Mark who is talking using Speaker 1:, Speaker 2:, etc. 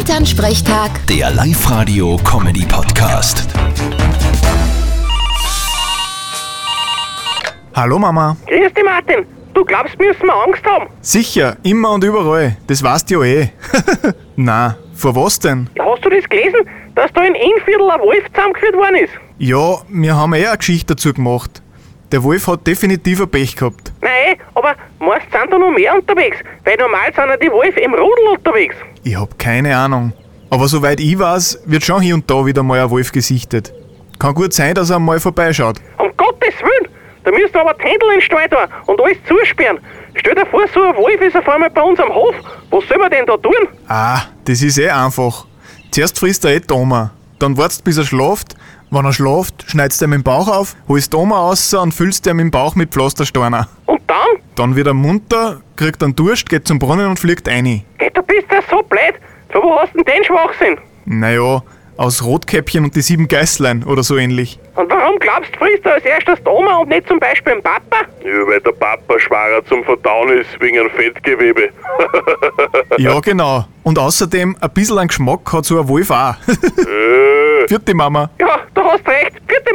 Speaker 1: Elternsprechtag,
Speaker 2: Der Live-Radio-Comedy-Podcast.
Speaker 3: Hallo Mama.
Speaker 4: Grüß dich, Martin. Du glaubst, wir müssen wir Angst haben?
Speaker 3: Sicher, immer und überall. Das weißt du ja eh. Na, vor was denn?
Speaker 4: Ja, Hast du das gelesen, dass da in Innviertel ein Wolf zusammengeführt worden ist?
Speaker 3: Ja, wir haben eh eine Geschichte dazu gemacht. Der Wolf hat definitiv ein Pech gehabt.
Speaker 4: Nein, aber meist sind da noch mehr unterwegs, weil normal sind ja die Wölfe im Rudel unterwegs.
Speaker 3: Ich hab keine Ahnung. Aber soweit ich weiß, wird schon hier und da wieder mal ein Wolf gesichtet. Kann gut sein, dass er mal vorbeischaut.
Speaker 4: Um Gottes Willen, da müssen wir aber die Händel in den Stall tun und alles zusperren. Stell dir vor, so ein Wolf ist auf einmal bei uns am Hof. Was soll man denn da tun?
Speaker 3: Ah, das ist eh einfach. Zuerst frisst er eh die Oma. Dann wartest bis er schlaft. Wenn er schlaft, schneidest du ihm den Bauch auf, holst die Oma raus und füllst ihm den Bauch mit Pflastersteiner.
Speaker 4: Und dann?
Speaker 3: Dann wird er munter, kriegt einen Durst, geht zum Brunnen und fliegt rein.
Speaker 4: Hey, du bist ja so blöd. Von wo hast denn den Schwachsinn?
Speaker 3: Naja, aus Rotkäppchen und die sieben Geißlein oder so ähnlich.
Speaker 4: Und warum glaubst du, frisst du als erstes die Oma und nicht zum Beispiel den Papa?
Speaker 5: Ja, weil der Papa schwerer zum Verdauen ist wegen einem Fettgewebe.
Speaker 3: Ja, genau. Und außerdem, ein bisschen an Geschmack hat so ein Wolf auch. Für die Mama.
Speaker 4: Ja, du hast recht. Bitte,